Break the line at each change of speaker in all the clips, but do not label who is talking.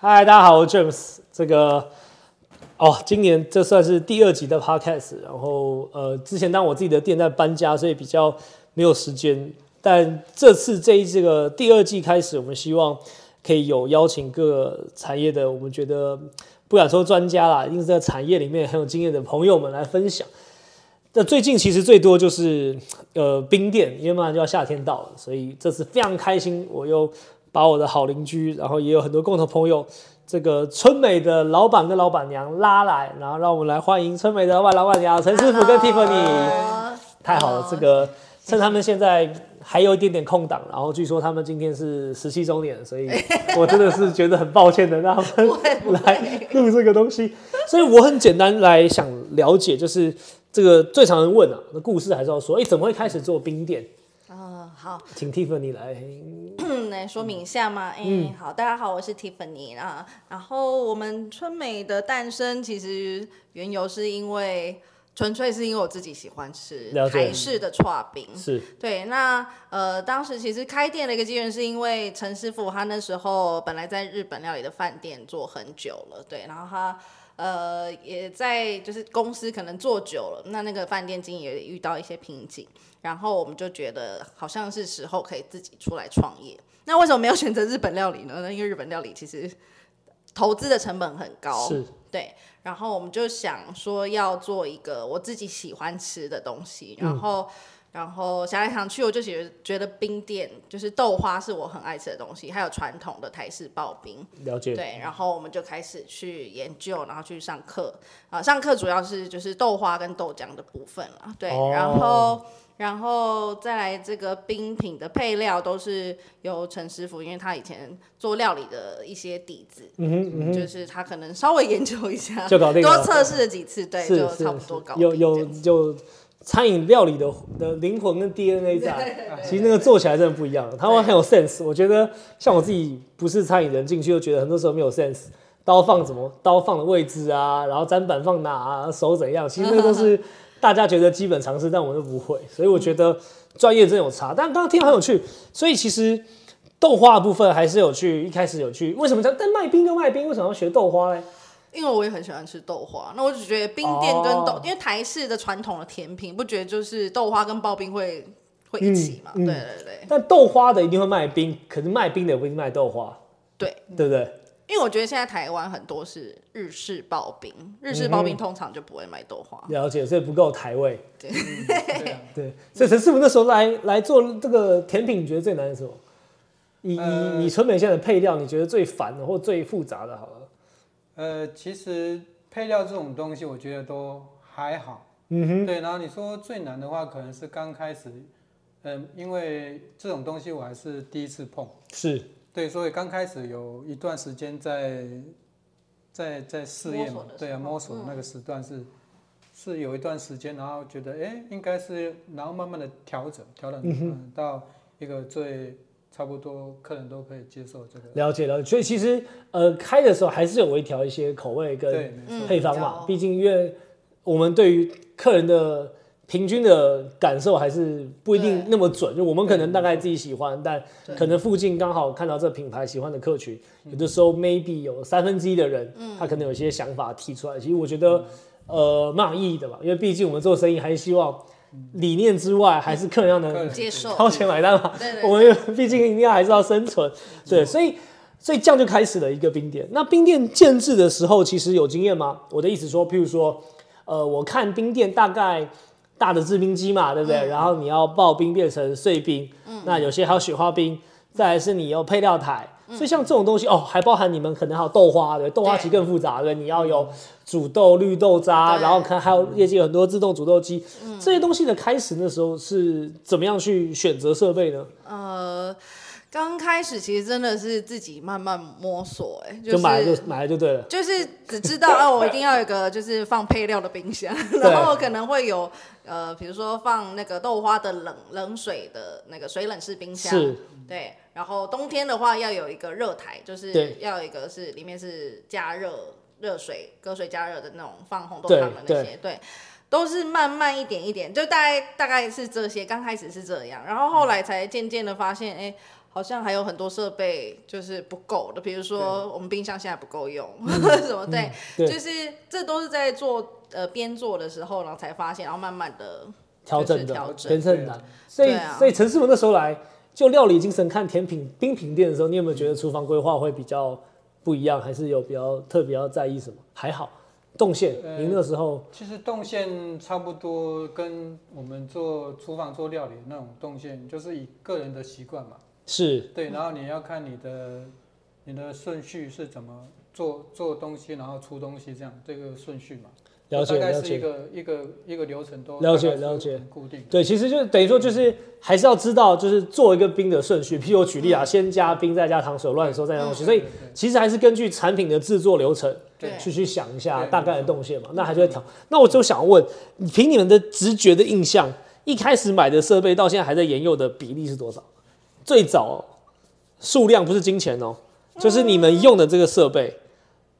嗨，大家好，我是 James。这个哦，今年这算是第二集的 Podcast。然后呃，之前当我自己的店在搬家，所以比较没有时间。但这次这一这个第二季开始，我们希望可以有邀请各个产业的，我们觉得不敢说专家啦，一定是在产业里面很有经验的朋友们来分享。那最近其实最多就是呃冰店，因为马上就要夏天到了，所以这次非常开心，我又把我的好邻居，然后也有很多共同朋友，这个春美的老板跟老板娘拉来，然后让我们来欢迎春美的老板老板娘陈师傅跟 Tiffany。太好了，这个趁他们现在还有一点点空档，然后据说他们今天是十七周年，所以我真的是觉得很抱歉的，让他们
不会不会
来录这个东西。所以我很简单来想了解，就是这个最常人问啊，那故事还是要说，哎、怎么会开始做冰店？哦
嗯，好，
请 Tiffany 来，
嗯，来说明一下嘛。哎、
嗯
好，大家好，我是 Tiffany 啊。然后我们春美的诞生，其实缘由是因为纯粹是因为我自己喜欢吃
了解
台式的串饼。
是
对，那呃，当时其实开店的一个机缘，是因为陈师傅他那时候本来在日本料理的饭店做很久了，对，然后他呃也在就是公司可能做久了，那那个饭店经营也遇到一些瓶颈，然后我们就觉得好像是时候可以自己出来创业。那为什么没有选择日本料理呢？因为日本料理其实投资的成本很高，
是，
对，然后我们就想说要做一个我自己喜欢吃的东西，然后、然后想来想去，我就觉得觉得冰店就是豆花是我很爱吃的东西，还有传统的台式刨冰，
了解，
对，然后我们就开始去研究，然后去上课啊、上课主要是就是豆花跟豆浆的部分啦，对，
哦
然后。然后再来这个冰品的配料都是由陈师傅，因为他以前做料理的一些底子，
嗯哼嗯哼，
就是他可能稍微研究一下，
就搞定了
多测试了几次，对，
是
就是差不多搞
是
定
有
这样。
有有餐饮料理的的灵魂跟 DNA 在。其实那个做起来真的不一样，他们很有 sense。我觉得像我自己不是餐饮人进去，就觉得很多时候没有 sense。刀放怎么，刀放的位置啊，然后砧板放哪啊，手怎样，其实那个都 是大家觉得基本常识，但我都不会。所以
嗯
我觉得专业真有差。但刚刚听得很有趣，所以其实豆花的部分还是有去一开始有去，为什么叫但卖冰就卖冰，为什么要学豆花嘞？
因为我也很喜欢吃豆花，那我只觉得冰店跟豆，
哦
因为台式的传统的甜品，不觉得就是豆花跟刨冰会会一起嘛？
嗯嗯
对对对
但豆花的一定会卖冰，可是卖冰的也不一定卖豆花，
对，
对不对？
因为我觉得现在台湾很多是日式刨冰，日式刨
嗯
冰通常就不会卖豆花。
了解，所以不够台味。
对啊
对，所以陈师傅那时候来来做这个甜品，你觉得最难的是什么？以
呃
以以纯美现在的配料，你觉得最烦的或最复杂的？好了，
呃，其实配料这种东西，我觉得都还好。
嗯哼，
对，然后你说最难的话，可能是刚开始，嗯、因为这种东西我还是第一次碰，
是
对，所以刚开始有一段时间在在在试验
摸索
嘛
的时，候嗯
对啊，摸索的那个时段是、是有一段时间，然后觉得哎，应该是，然后慢慢的调整，调整、嗯、到一个最差不多客人都可以接受这个，
了解了解。所以其实呃，开的时候还是有微调一些口味跟
对，没
嗯
错。
配方
比
嘛
较，
毕竟因为我们对于客人的平均的感受还是不一定
对嗯
那么准，就我们可能大概自己喜欢，但
对嗯
可能附近刚好看到这品牌喜欢的客群，有的时候 maybe 有三分之一的人，他可能有一些想法提出来。其实我觉得，
嗯
呃，蛮有意义的吧，因为毕竟我们做生意还是希望
嗯
理念之外，还是客人要
客
能
人
接受
掏钱买单嘛。
对对嗯
我们毕竟一定要还是要生存，对，所以所以这样就开始了一个冰店。那冰店建制的时候，其实有经验吗？我的意思说，譬如说，呃，我看冰店大概大的制冰机嘛，对不
嗯
对？然后你要刨冰变成碎冰，那有些还有雪花冰，再来是你有配料台。
嗯
所以像这种东西哦，还包含你们可能还有豆花，对不对，豆花
对嗯
其实更复杂，对不对，你要有煮豆、绿豆渣，
对嗯
然后看还有业界有很多自动煮豆机，这些东西的开始那时候是怎么样去选择设备呢？
呃，刚开始其实真的是自己慢慢摸索、哎，
就买了
是
就买了就对了。
就是只知道啊，我一定要有一个就是放配料的 冰箱，然后可能会有呃，比如说放那个豆花的冷冷水的那个水冷式冰箱，
是
对。然后冬天的话要有一个热台，就是
对
要有一个是里面是加热热水、隔水加热的那种放红豆
对
汤的那些，对。都是慢慢一点一点，就大概大概是这些，刚开始是这样，然后后来才渐渐的发现，哎、好像还有很多设备就是不够的，比如说我们冰箱现在不够用， 什么对，
嗯对
就是这都是在做呃边做的时候，然后才发现，然后慢慢的
调整
就是
的
调
全
整。
是很难。所以、
对啊
所以陈师傅那时候来，就料理精神看甜品冰品店的时候，你有没有觉得厨房规划会比较不一样，还是有比较特别要在意什么？还好，动线，
呃
您那时候
其实动线差不多跟我们做厨房做料理那种动线，就是以个人的习惯嘛。
是
对，然后你要看你的你的顺序是怎么做做东西，然后出东西这样这个顺序嘛。
了解
大概
了
是一
解，
个一个一个流程都
了解
大概是
了解
很固定。
对，其实就是等于说就是还是要知道就是做一个冰的顺序。譬如我举例
嗯
啊，先加冰，再加糖水，乱收再加东嗯西，所以
对对
其实还是根据产品的制作流程
对
去去想一下
对
大概的动线嘛，那还是会调。那我就想问，凭你们的直觉的印象，一开始买的设备到现在还在沿用的比例是多少？最早数量不是金钱哦，就是你们用的这个设备。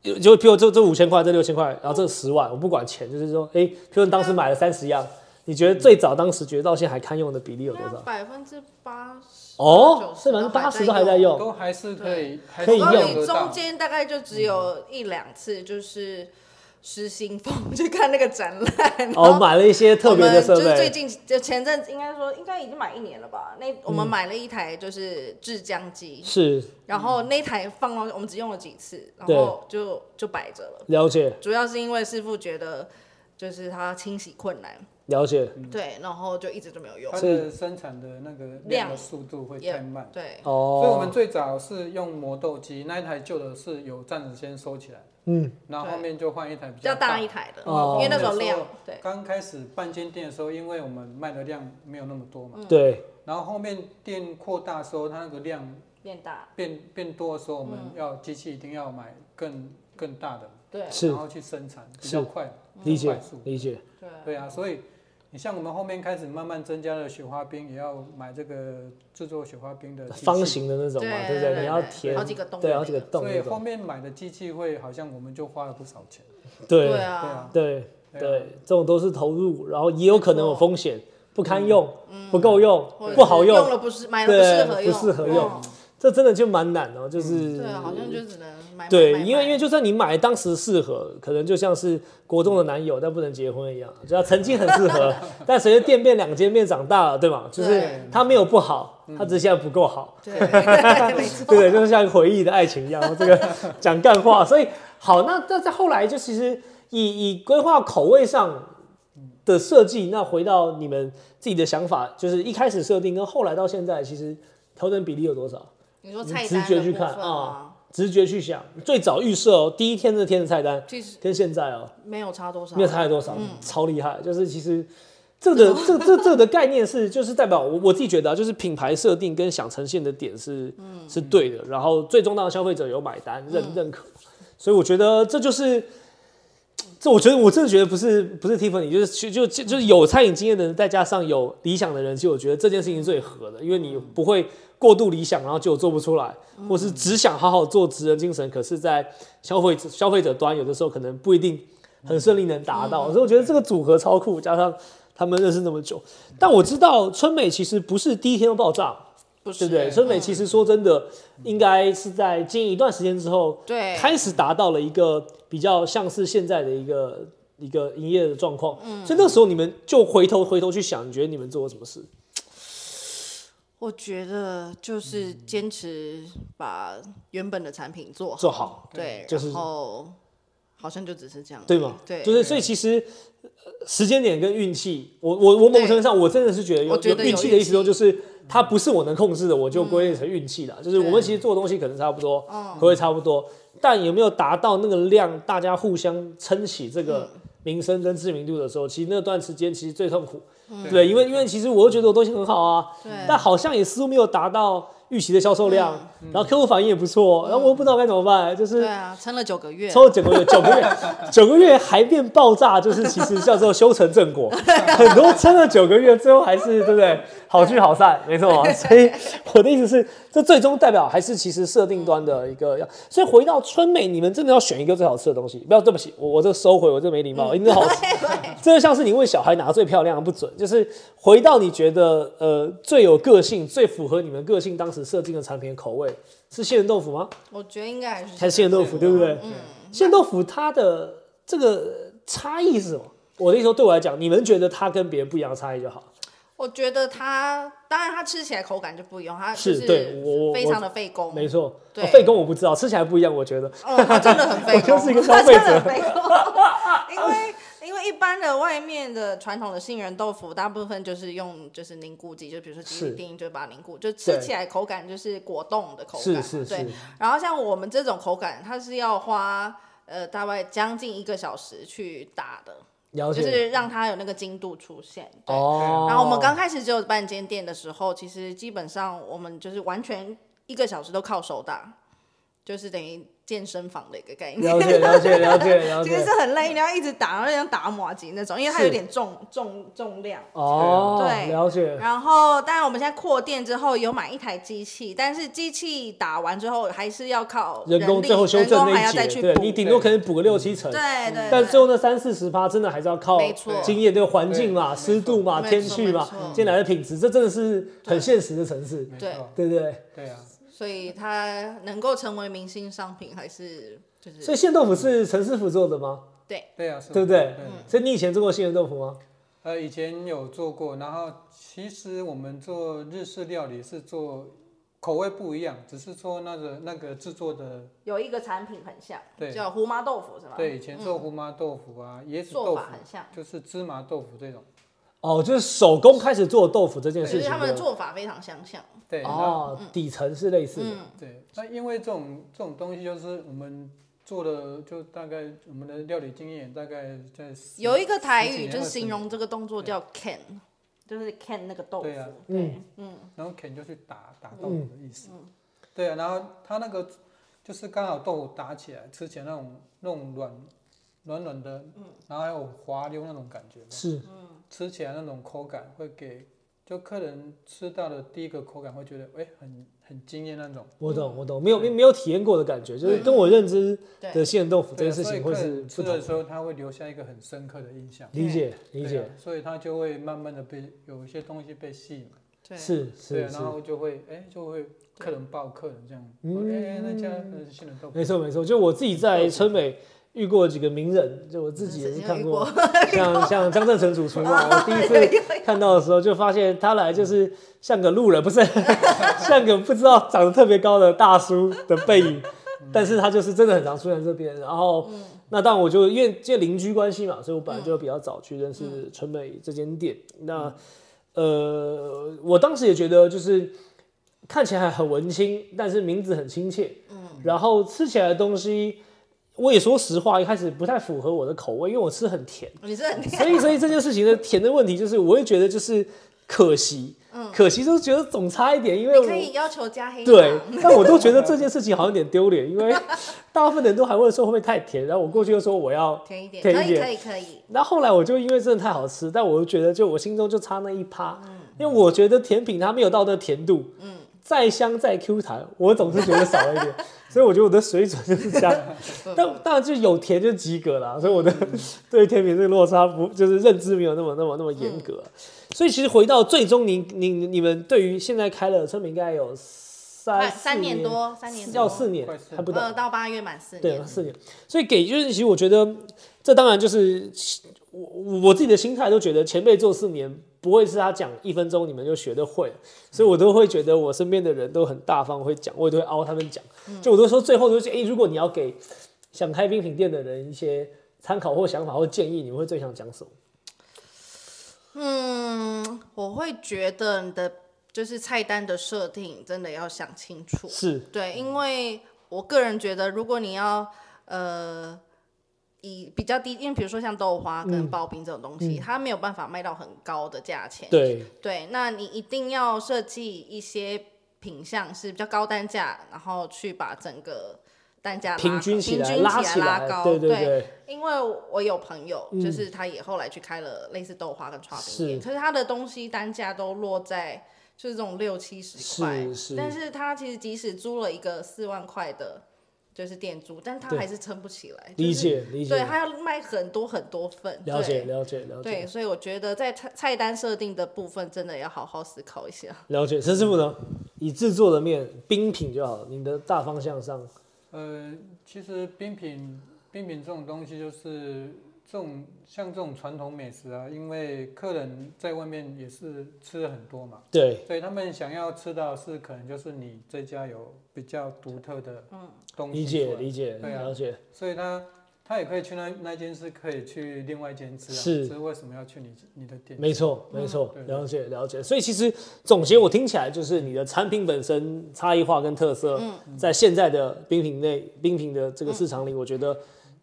就就譬如这这五千块，这六千块，然后这十万，我不管钱，就是说，哎、譬如你当时买了三十样，你觉得最早当时觉得到现在还堪用的比例有多少？
百分之八十
哦，是百分之八十都还在。用，
都还是可以，还
可
是
以
然
用
后
用
你
得
中
到。
间大概就只有一两次，就是失心疯去看那个展览。
哦，买了一些特别的设
我们就是最
备，
近就前阵子，应该说应该已经买一年了吧？那我
嗯
们买了一台就是制浆机，
是
然后那台放到我们只用了几次，然
对
后就就摆着了。
了解
主要是因为师傅觉得就是他清洗困难，
了解
对，然后就一直就没有用
它。
所
的
以
生产的那个
量
量的速度会
也
太慢，
对，
哦，
所以我们最早是用磨豆机，那一台旧的是有暂时先收起来，
嗯
然后后面就换一哎台比
比较大
大
一。台的，
哦
因为那时候量对
刚开始办间店的时候，因为我们卖的量没有那么多
嗯
嘛，
对
然后后面店扩大的时候，它那个量
变大，
变变多的时候，我们要机器一定要买更更大的，
对
是
然后去生产比较
是
快，
嗯
比
理
较
解
快速。
理解
对
对啊，所以你像我们后面开始慢慢增加了雪花冰，也要买这个制作雪花冰的机器
方，形的那种嘛，对
对
不对？你要
好
填
几个洞，
对好几个洞
所以
那
后
种，
面买的机器会好像我们就花了不少钱。
对
对
啊，
对
对啊
对，这种都是投入，然后也有可能有风险，不堪
嗯
用，不够用
嗯或者，是
不好
用
用，
了不是买了不适合
对
用，
不适合用
哦
这真的就蛮难哦，就是
嗯
对啊，好像就只能买买
对
买，
因为
买
因为就算你买当时适合，可能就像是国中的男友但不能结婚一样，就他曾经很适 合，但随着店变两间变长大了，对吗？就是
对
他没有不好，他
嗯
只是现在不够好，
对，没错，
对，就是像回忆的爱情一样，这个讲干话。所以好，那那在后来就其实以以规划口味上的设计，那回到你们自己的想法，就是一开始设定跟后来到现在，其实调整比例有多少？
你说
你
菜
直
单
觉
的
去
部分
看
啊
啊，，直觉去想。最早预设哦，第一天那天的菜单
其实
跟现在哦，
没有差多少，
没有差太多少，超厉害。就是其实这个的这这这的概念是，就是代表我我自己觉得、啊，就是品牌设定跟想呈现的点是、是对的，然后最终让消费者有买单认、认可，所以我觉得这就是。这我觉得我真的觉得不是不是 Tiffany，就是其就就就是有餐饮经验的人，再加上有理想的人，其实我觉得这件事情是最合的，因为你不会过度理想，然后就做不出来，或是只想好好做职人精神，可是在消费者消费者端有的时候可能不一定很顺利能达到，所以我觉得这个组合超酷，加上他们认识那么久，但我知道春美其实不是第一天就爆炸，
不
对
是嗯
不对？春美其实说真的，应该是在经营一段时间之后，
对
开始达到了一个比较像是现在的一个一个营业的状况。所以那时候你们就回头回头去想，你觉得你们做了什么事？
我觉得就是
嗯
坚持把原本的产品做好，
做好
对，
就是
然后好像就只是这样而已，
对吗？
对，
就是所以其实呃时间点跟运气，我我我某种程度上我真的是觉得有
我觉得有
运气的意
运
思
气嗯
说就是。它不是我能控制的，我就归类成运气了。就是我们
对哦
其实做的东西可能差不多，口味差不多，但有没有达到那个量，大家互相撑起这个
嗯
名声跟知名度的时候，其实那段时间其实最痛苦，对，因为因为其实我又觉得我东西很好啊，
嗯对
但好像也似乎没有达到预期的销售量，然后客户反应也不错，然后我又不知道该怎么办，就是
嗯对啊，撑了九个月，
抽了九个月，九个月，九个月还变爆炸，就是其实叫做修成正果。很多撑了九个月，最后还是对不对？好聚好散，没错。所以我的意思是，这最终代表还是其实设定端的一个要。所以回到春美，你们真的要选一个最好吃的东西。不要对不起，我我这收回，我这没礼貌，一定好吃。 这就像是你问小孩哪个最漂亮不准，就是回到你觉得呃最有个性、最符合你们个性当时设定的产品的口味，是杏仁豆腐吗？
我觉得应该还是
还是杏仁豆腐，对不对？
嗯，
杏仁豆腐它的这个差异是什么？我的意思说，对我来讲，你们觉得它跟别人不一样的差异就好。
我觉得它当然它吃起来口感就不一样，它就是
对我我
非常的费工，
没错，
对
哦费工我不知道，吃起来不一样，我觉得。
嗯，它真的很费
我
工，
就是一个消费
它真的
者
很费工 因为因为一般的外面的传统的杏仁豆腐，大部分就是用就是凝固剂，就比如说吉
是
利丁，就把它凝固，就
对
吃起来口感就是果冻的口感
是
嘛，
是
对
是。
然后像我们这种口感，它是要花呃大概将近一个小时去打的，
了
就
解。
是让它有那个精度出现。对。
哦。
然后我们刚开始只有半间店的时候，其实基本上我们就是完全一个小时都靠手打，就是等于健身房的一个概念。
了解了解了解了
其 实
解
是。很累，你要一直打，然后像打麻吉那种，因为它
是
有点重重重量。
哦，
对
了解。
然后，当然我们现在扩店之后有买一台机器，但是机器打完之后还是要靠
人工
力
最后修正
人工还
那
要
一
再
节，
去
对
补。嗯
你顶多可能补个六七成，
对对，
但
对
最后那三四十趴真的还是要靠
没错
经验、对环境嘛、
对
湿度嘛、
没错
天气嘛
没错、
今天来的品质，这真的是很现实的层次，
没
对
错，
对不对？
啊对啊，
所以它能够成为明星商品，还是就是
所以馅豆腐是陈师傅做的吗？
对
对啊，是
对不对
对
所以你以前做过杏仁豆腐吗？
呃，以前有做过，然后其实我们做日式料理是做口味不一样，只是说那个那个制作的，
有一个产品很像，
对
叫胡麻豆腐是吧？嗯
对，以前做胡麻豆腐啊、椰子
做
豆腐
法，很像，
就是芝麻豆腐这种，
哦，就是手工开始做豆腐这件
就
事
是
情
他
的，
们的做法非常相像。
对，然后
哦，底层是类似的，
嗯，
对，那因为这种这种东西就是我们做的，就大概我们的料理经验大概在十
有一个台
十几
语
年
就是
二十
形
年
容这个动作叫 can，就是 can 那个豆腐
对啊。
嗯，
然后 can 就去打打豆腐的意思。对啊，然后它那个就是刚好豆腐打起来，吃起来那种那种软软软的，然后还有滑溜那种感觉，
是
吃起来那种口感会给就客人吃到的第一个口感会觉得哎、很很惊艳那种。
我懂我懂，没有没没有体验过的感觉，就是跟我认知
对
的杏仁豆腐哦这
对啊
件事
所以
情
客
会是
人
不
吃
同
的，时候，他会留下一个很深刻的印象。
理解理
对啊
解，
所以他就会慢慢的被有一些东西被吸引，
对，
是
对
是
啊，
是
然，后就会哎、就会客人抱客人这样，哎、
嗯
那家呃杏仁豆腐
没错没错，就我自己在春美遇过几个名人，就我自己也
嗯
是看 过，像像张振成主厨嘛，我第一次看到的时候就发现他来就是像个路人，不是 像个不知道长得特别高的大叔的背影，但是他就是真的很常出现在这边。然后，那当然我就因为这邻居关系嘛，所以我本来就比较早去认识春美这间店。那呃，我当时也觉得就是看起来很文青，但是名字很亲切，嗯，然后吃起来的东西。我也说实话，一开始不太符合我的口味，因为我吃很甜，
你是很厉害
所以，所以这件事情的甜的问题，就是我会觉得就是可惜，可惜就是觉得总差一点，因为
嗯你可
我
以要求加黑糖
对，但我都觉得这件事情好像有点丢脸，因为大部分人都还问说会不会太甜，然后我过去又说我要
甜一点，
甜
可
一
以
点
可以可以，
那后来我就因为真的太好吃，但我就觉得就我心中就差那一趴，
嗯
因为我觉得甜品它没有到那甜度，嗯，再香再 Q 弹，我总是觉得少了一点，所以我觉得我的水准就是这样。
嗯
但当然就有甜就及格啦，所以我的 对甜品这个落差不就是认知没有那么那么那么严格。
嗯
所以其实回到最终你，你你你们对于现在开了春饼应该有三
快三
四
年多，三年
四
多
要四年
快四
还不到
呃，到八月满四
对啊
年，，
四年。所以给就是，其实我觉得这当然就是我我我自己的心态都觉得前辈做四年不会是他讲一分钟你们就学得会，所以我都会觉得我身边的人都很大方会讲，我也都会凹他们讲，
嗯
就我都说最后就是，哎、如果你要给想开冰品店的人一些参考或想法或建议，你们会最想讲什么？
嗯，我会觉得你的就是菜单的设定真的要想清楚，
是
对，因为我个人觉得，如果你要呃以比较低，因为比如说像豆花
嗯
跟刨冰这种东西，它没有办法卖到很高的价钱，
对，
对，那你一定要设计一些品相是比较高单价，然后去把整个单价拉
平均起
起
来
来拉
起来，
高，
对
对
对，
因为我有朋友，
嗯
就是他也后来去开了类似豆花跟串冰店，
是
可是他的东西单价都落在就是这种六七十块，
是是
但是他其实即使租了一个四万块的，就是店租，但他
对
还是撑不起来，
理
就是
解理
对
解，
他要卖很多很多份，
了解
对
了解了解
对，所以我觉得在菜菜单设定的部分，真的要好好思考一下。
了解。陈师傅呢，以制作的面冰品就好了，你的大方向上
呃，其实冰品冰品这种东西，就是这种像这种传统美食啊，因为客人在外面也是吃很多嘛，
对
所以他们想要吃到的是可能就是你这家有比较独特的东西
理
出
解
来
理解
对啊
了解，
所以他他也可以去那那间是可以去另外一间吃啊，
是
只为什么要去你你的店？
没错没错，
嗯对
了解了解。所以其实总结我听起来就是你的产品本身差异化跟特色，在现在的冰品内冰品的这个市场里，我觉得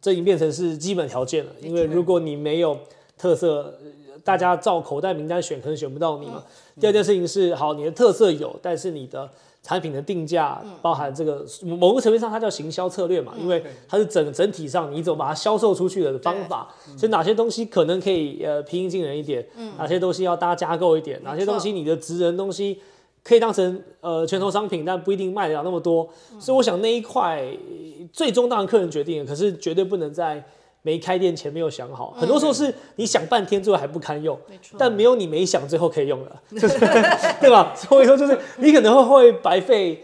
这已经变成是基本条件了，因为如果你没有特色，呃大家照口袋名单选，可能选不到你嘛。第二件事情是，好，你的特色有，但是你的产品的定价，包含这个某个层面上，它叫行销策略嘛，因为
对
它是整整体上你怎么把它销售出去的方法，所以哪些东西可能可以呃平易近人一点，哪些东西要大家加购一点，哪些东西你的职人东西。可以当成呃拳头商品，但不一定卖得了那么多，所以我想那一块呃最终当然客人决定了，可是绝对不能在没开店前没有想
嗯
好，很多时候是你想半天最后还不堪用，
没错
但没有你没想，最后可以用了，就是 对吧？所以说就是你可能会会白费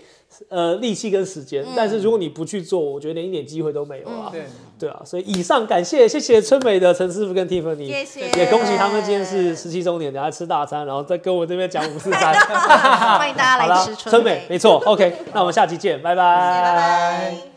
呃力气跟时
嗯
间，但是如果你不去做，我觉得连一点机会都没有啊。
对，
对啊，所以以上感谢谢谢春美的陈师傅跟 Tiffany，
谢谢
也恭喜他们今天是十七周年，等下吃大餐，然后再跟我这边讲五四三，
欢迎大
好
家来
啦
吃春
春美没错，OK，那我们下期见，拜拜
拜拜。